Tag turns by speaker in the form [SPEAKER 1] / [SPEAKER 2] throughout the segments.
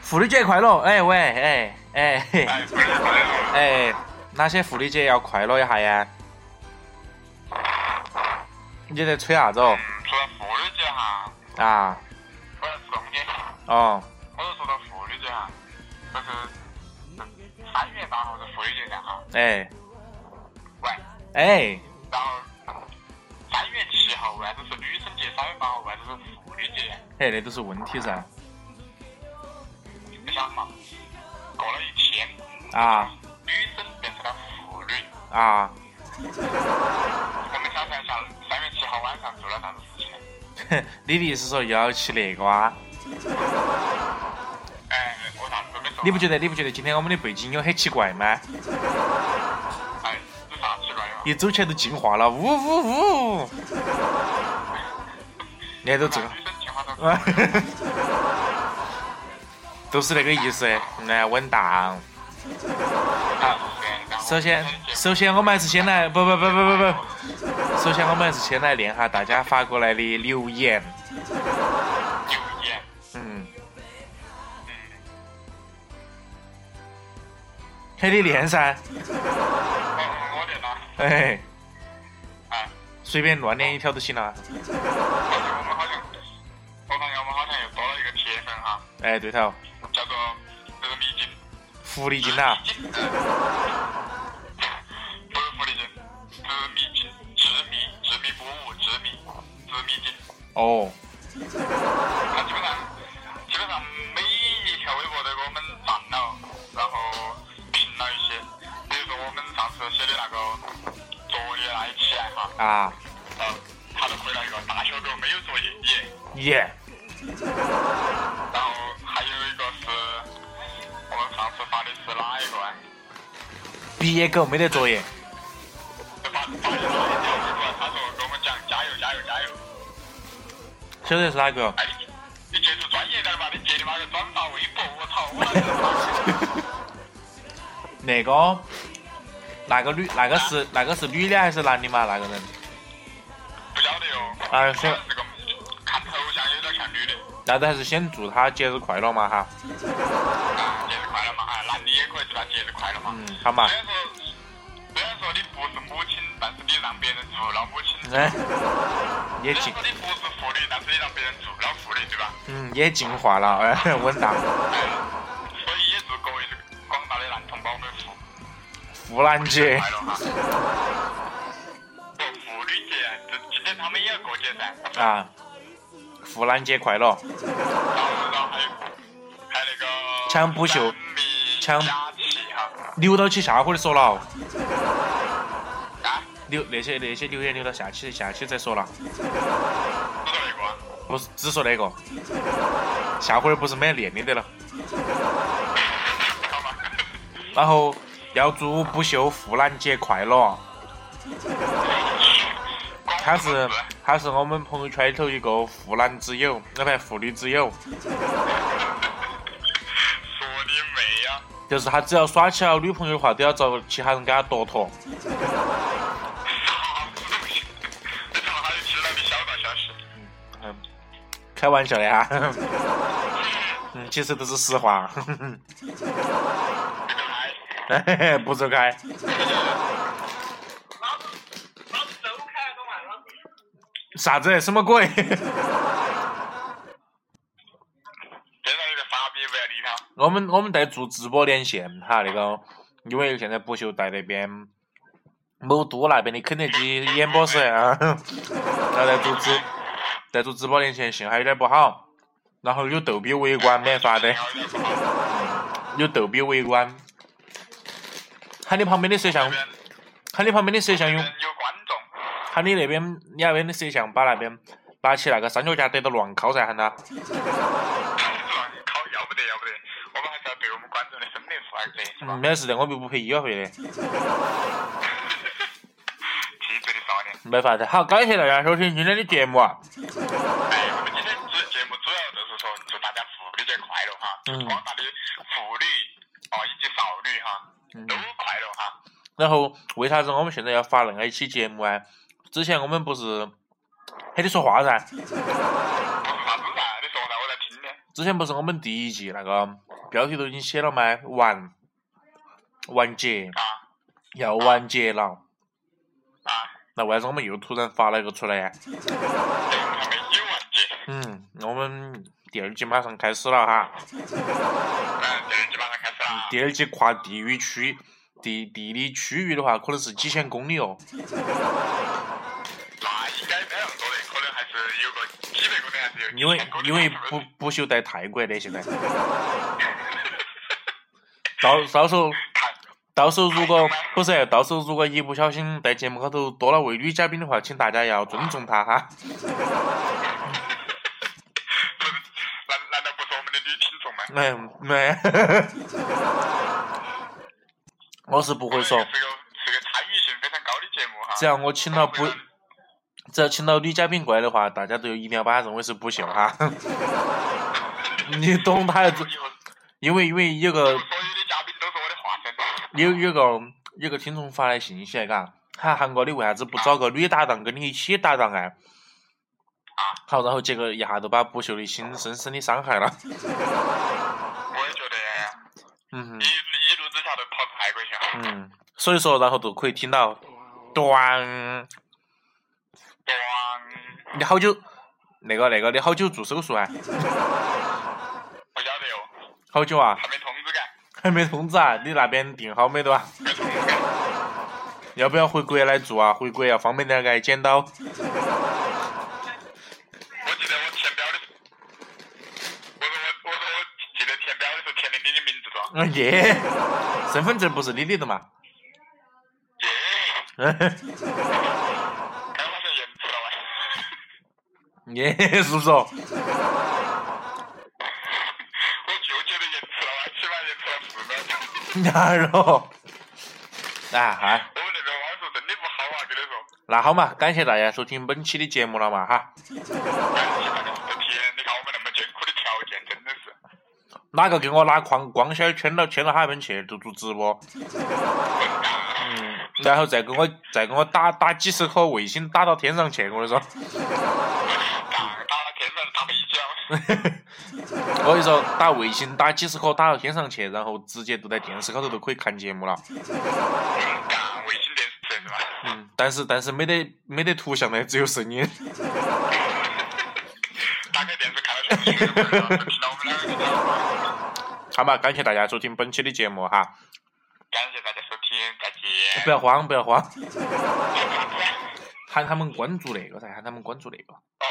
[SPEAKER 1] 福利界快乐！哎喂，哎哎 嘿
[SPEAKER 2] 哎，快乐快乐！
[SPEAKER 1] 哎，哪些福利节要快乐一下呀？你在吹啥子哦
[SPEAKER 2] 嗯？，说到妇女节哈，
[SPEAKER 1] 啊，
[SPEAKER 2] 我要重点，
[SPEAKER 1] 哦，
[SPEAKER 2] 我就说到妇女节哈，就是三月八号是妇女节噻哈，
[SPEAKER 1] 哎
[SPEAKER 2] 喂，
[SPEAKER 1] 哎，
[SPEAKER 2] 然后三月七号为啥子是女生节，三月八号为啥子是妇女节？
[SPEAKER 1] 嘿，那都是问题噻。
[SPEAKER 2] 你想嘛，过了一天，
[SPEAKER 1] 啊
[SPEAKER 2] 女生变成了妇女，
[SPEAKER 1] 啊，
[SPEAKER 2] 我们想象一下，三月七号晚上做了啥子事情？
[SPEAKER 1] 你的意思说又要去那个啊？
[SPEAKER 2] 哎，我啥子都没说。
[SPEAKER 1] 你不觉得你不觉得今天我们的背景有很奇怪吗？
[SPEAKER 2] 哎，你啥奇怪哟？
[SPEAKER 1] 一走起来都进化了，呜呜呜！ 那都正，
[SPEAKER 2] 女生情况都
[SPEAKER 1] 哎都是那个意思，来稳当。啊首先，首先我们还是先来，不不不不不不，首先我们还是先来念哈大家发过来的留言。
[SPEAKER 2] 有言，
[SPEAKER 1] 嗯，
[SPEAKER 2] 嗯，
[SPEAKER 1] 嘿，你念噻，
[SPEAKER 2] 我我念了，
[SPEAKER 1] 哎，
[SPEAKER 2] 哎，
[SPEAKER 1] 随便乱念一条就行了。
[SPEAKER 2] 但是我们好像，我发现我们好像又多了一个铁粉哈，
[SPEAKER 1] 哎，对头，
[SPEAKER 2] 叫做这个礼金，
[SPEAKER 1] 狐狸精呐，
[SPEAKER 2] 礼金，呃不是福利金，执迷金，执迷，执迷不悟，执迷，执迷金，
[SPEAKER 1] 哦，
[SPEAKER 2] 他啊基本上基本上每一条微博都给我们赞了，然后评了一些，比如说我们上次写的那个作业那一期啊哈。
[SPEAKER 1] 啊，
[SPEAKER 2] 呃，他就回了一个大小狗没有作业耶，
[SPEAKER 1] 耶，
[SPEAKER 2] 然后还有一个是我们上次发的是哪一个啊？
[SPEAKER 1] 毕业狗没得作业，
[SPEAKER 2] 就发发的哪一条微博？他说跟我们讲加油加油加油！
[SPEAKER 1] 晓得是哪个？
[SPEAKER 2] 哎，你你接触专业点吧，你接你妈个转发微博，我操！我哪
[SPEAKER 1] 那
[SPEAKER 2] 个？
[SPEAKER 1] 个，那个女，那个是那个是女的还是男的嘛？那个人
[SPEAKER 2] 不晓得哟。
[SPEAKER 1] 哎是
[SPEAKER 2] 这个看头像有点像女的。
[SPEAKER 1] 那都还是先祝他节日快乐嘛哈。
[SPEAKER 2] 啊，节日快乐嘛！哎，男的也可以祝他节日快乐嘛。
[SPEAKER 1] 嗯，好嘛
[SPEAKER 2] 虽。然说虽然说你不是母亲，但是你让别人做了母亲。
[SPEAKER 1] 哎，也
[SPEAKER 2] 虽
[SPEAKER 1] 进
[SPEAKER 2] 然，说你不是妇女，但是你让别人做了妇女，对吧？
[SPEAKER 1] 嗯，也进化了，哎，稳当。
[SPEAKER 2] 所以也祝各位广大的男同胞们妇
[SPEAKER 1] 妇男节
[SPEAKER 2] 快乐哈！过妇女节，这今天他们也要过节噻。
[SPEAKER 1] 啊，妇男节快乐。
[SPEAKER 2] 然后，然后还有还有那个
[SPEAKER 1] 抢不秀，抢
[SPEAKER 2] 假期哈，
[SPEAKER 1] 留到起下回说了，
[SPEAKER 2] 啊，
[SPEAKER 1] 留那些那些留言留到下期下期再说了，
[SPEAKER 2] 你说那个？
[SPEAKER 1] 不是只说那个。下回不是没练的得了。
[SPEAKER 2] 好吧，
[SPEAKER 1] 然后要祝不朽妇男节快乐。他是他是我们朋友圈里头一个妇男之友，那不妇女之友，
[SPEAKER 2] 说你妹呀！
[SPEAKER 1] 就是他只要耍起了女朋友的话，都要找其他人给他夺脱。
[SPEAKER 2] 啥子东西？你怎么还有其他的小道消息？
[SPEAKER 1] 嗯，开玩笑的哈、 嗯，其实都是实话，
[SPEAKER 2] 你个来！
[SPEAKER 1] 不走开。
[SPEAKER 2] 老子老子走开，懂吗？老子。
[SPEAKER 1] 啥子？什么鬼？
[SPEAKER 2] 街上有个傻逼，不要理他。
[SPEAKER 1] 我们我们在做直播连线哈，那个因为现在不锈在那边某都那边的肯德基演播室啊，然后在做直在做直播连线，信号有点不好，然后有逗比围观没法的，有逗比围观。喊你旁边的摄像
[SPEAKER 2] 这，边
[SPEAKER 1] 喊你旁边的摄像
[SPEAKER 2] 这
[SPEAKER 1] 用，
[SPEAKER 2] 边有观众，
[SPEAKER 1] 喊你那边你那边的摄像把那边拿起那个三脚架得到乱敲噻，喊他。
[SPEAKER 2] 乱考哦要不得要不得，我们还是要对我们观众的生命负责，是吧
[SPEAKER 1] 嗯，？没事的，我们不赔医药费的。
[SPEAKER 2] 机智的少年。
[SPEAKER 1] 没法子，好，感谢大家收听今天的节目啊！
[SPEAKER 2] 哎，我们今天这节目主要就是说祝大家妇女节快乐哈，
[SPEAKER 1] 嗯
[SPEAKER 2] 广大的妇女哦以及少女哈
[SPEAKER 1] 嗯
[SPEAKER 2] 都快乐哈。
[SPEAKER 1] 然后为啥子我们现在要发恁个一期节目啊？之前我们不是还得说话噻？
[SPEAKER 2] 啊不是啥子噻，你说噻，我在听呢。
[SPEAKER 1] 之前不是我们第一季那个标题都已经写了吗？完，完结，
[SPEAKER 2] 啊
[SPEAKER 1] 要完结了。
[SPEAKER 2] 啊，
[SPEAKER 1] 那为啥子我们又突然发了一个出来？
[SPEAKER 2] 这个哎还没有完结，
[SPEAKER 1] 嗯，我们第二季马上开始了哈，
[SPEAKER 2] 嗯，这就马上开始啦。
[SPEAKER 1] 第二季跨地域区地地理区域的话，可能是几千公里哦。
[SPEAKER 2] 那啊应该没那么多的，可能还是有个几百个的，还是有几千个的。
[SPEAKER 1] 因为因为
[SPEAKER 2] 是
[SPEAKER 1] 不
[SPEAKER 2] 是
[SPEAKER 1] 不锈带泰国的现在， 到到时候
[SPEAKER 2] 看
[SPEAKER 1] 到时候如果不是到时候如果一不小心在节目后头多了位女嘉宾的话，请大家要尊重她哈。
[SPEAKER 2] 不是难难道不是我们的女听众吗？
[SPEAKER 1] 哎没没，我是不会说，
[SPEAKER 2] 是哎个是个参与性非常高的节目哈。
[SPEAKER 1] 只要我请到不。只要请到女嘉宾过来的话，大家都一定要把她认为是不秀哈。你懂她
[SPEAKER 2] 以后
[SPEAKER 1] 子，
[SPEAKER 2] 以后
[SPEAKER 1] 因为因为有个
[SPEAKER 2] 所有的嘉宾都是我的化身。
[SPEAKER 1] 有有个有个听众发来信息来嘎，喊韩哥你为啥子不找个女搭档跟你一起搭档啊？好，然后结果一下就把不秀的心深深的伤害了。
[SPEAKER 2] 我也觉得
[SPEAKER 1] 嗯哼
[SPEAKER 2] 一一路之下都跑泰国去了。
[SPEAKER 1] 嗯，所以说然后就可以听到，咣，
[SPEAKER 2] 咣，
[SPEAKER 1] 你好久那个那个你好久做手术啊？
[SPEAKER 2] 不晓得哟，
[SPEAKER 1] 好久啊？
[SPEAKER 2] 还没通知干，
[SPEAKER 1] 还没通知啊？你那边订好没得啊？
[SPEAKER 2] 没通知干。
[SPEAKER 1] 要不要回国来做啊？回国要方便点儿，挨剪刀。
[SPEAKER 2] 我记得我填表的时候，我说我我说我记得填表的时候填的你的名字了。
[SPEAKER 1] 嗯耶，身份证不是你的的嘛？
[SPEAKER 2] 耶，
[SPEAKER 1] 嗯
[SPEAKER 2] 哎，我好像延迟了啊喂。
[SPEAKER 1] 耶，是不是哦？
[SPEAKER 2] 我就觉得延迟了啊喂，起码延迟了四秒钟。
[SPEAKER 1] 哪儿哦？啊，好，
[SPEAKER 2] 我们那边网速真的不好啊，跟你说。
[SPEAKER 1] 那好嘛，感谢大家收听本期的节目了嘛哈。
[SPEAKER 2] 感谢大家收听，你看我们那么艰苦的条件，真的是。
[SPEAKER 1] 哪个给我拿光光纤圈到圈到他们去就做直播？嗯，然后再给我再给我打打几十颗卫星打到天上去，我跟你说，
[SPEAKER 2] 打打天上打飞机啊！
[SPEAKER 1] 我跟你说，打卫星打几十颗打到天上去，然后直接都在电视高头都可以看节目了。
[SPEAKER 2] 干卫星电视是吧？
[SPEAKER 1] 嗯，但是但是没得没得图像的，只有声音。
[SPEAKER 2] 打开电视看到全是屏幕，听到我们两个在说。
[SPEAKER 1] 好嘛，感谢大家收听本期的节目哈，
[SPEAKER 2] 感谢大家收听，再见。
[SPEAKER 1] 不要慌，不要慌，喊他们关注那个噻，喊他们关注那个。
[SPEAKER 2] 哦，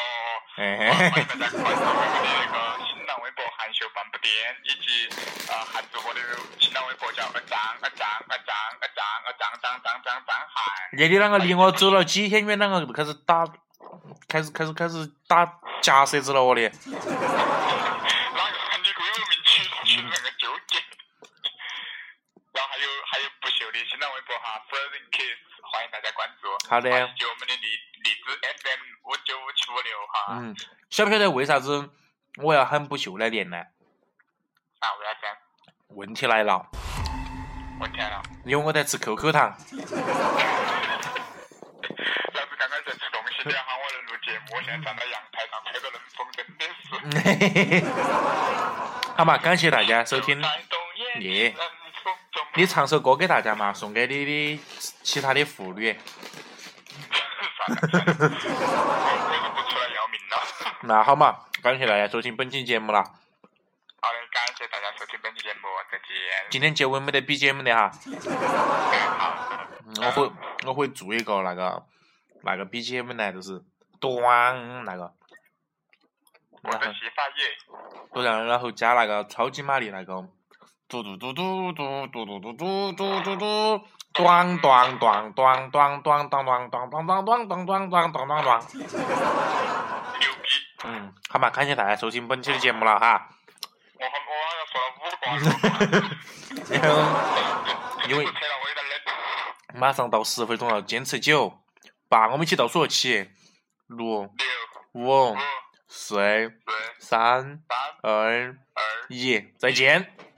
[SPEAKER 1] 哎
[SPEAKER 2] 欢，迎大家关注我们的那个新浪微博“韩秀半步癫”，以及呃韩主播的新浪微博叫“二张二张二张二张二张张张张张韩
[SPEAKER 1] 那你啷个离我走了几天远，啷个就开始打，开始开始开始打夹舌子了我的。”。
[SPEAKER 2] 哪个喊你鬼有名取取那个纠结？然后还有还有不朽的新浪微博哈 f r o z e n Kiss，欢迎大家关注。
[SPEAKER 1] 好的
[SPEAKER 2] 还有就我们的荔荔枝 FM 五九五七五六哈。
[SPEAKER 1] 嗯，晓不晓得为啥子我要喊不秀来连呢？
[SPEAKER 2] 啊，为啥子？
[SPEAKER 1] 问题来了，
[SPEAKER 2] 我天啊了，
[SPEAKER 1] 因为我在吃口口糖。
[SPEAKER 2] 老子刚刚在吃东西，你要喊我来录节目，我现在站在阳台上吹着冷风，真的是。
[SPEAKER 1] 好嘛，感谢大家收听。
[SPEAKER 2] 在冬夜
[SPEAKER 1] 你
[SPEAKER 2] 冷风中，
[SPEAKER 1] 你唱首歌给大家嘛，送给你的其他的妇女。
[SPEAKER 2] 算了算了，我我是不出来要命了。
[SPEAKER 1] 那好嘛，感谢大家收听本期节目啦。
[SPEAKER 2] 好的，感谢大家收听本期节目，再 见。
[SPEAKER 1] 今天结尾没得 BGM 的哈，
[SPEAKER 2] 好，
[SPEAKER 1] 嗯我会我会做一个那个那个 BGM 呢，就是咣那个，
[SPEAKER 2] 我
[SPEAKER 1] 然
[SPEAKER 2] 的洗发液。
[SPEAKER 1] 后然后然后加那个超级玛丽那个嘟嘟嘟嘟嘟嘟嘟嘟嘟嘟嘟嘟。咚咚咚咚咚咚咚咚咚咚咚咚咚咚咚咚咚咚，
[SPEAKER 2] 牛逼！
[SPEAKER 1] 嗯，好嘛，感谢大家收听本期的节目了哈。
[SPEAKER 2] 我好，我好像说了五挂了。
[SPEAKER 1] 然后因为
[SPEAKER 2] 扯了，我有点冷。
[SPEAKER 1] 马上到十分钟了，坚持九，八，我们一起倒数起，六、
[SPEAKER 2] 六、
[SPEAKER 1] 五
[SPEAKER 2] 五、、
[SPEAKER 1] 四、
[SPEAKER 2] 四、
[SPEAKER 1] 三、
[SPEAKER 2] 三、
[SPEAKER 1] 二、
[SPEAKER 2] 二。
[SPEAKER 1] 一，再见。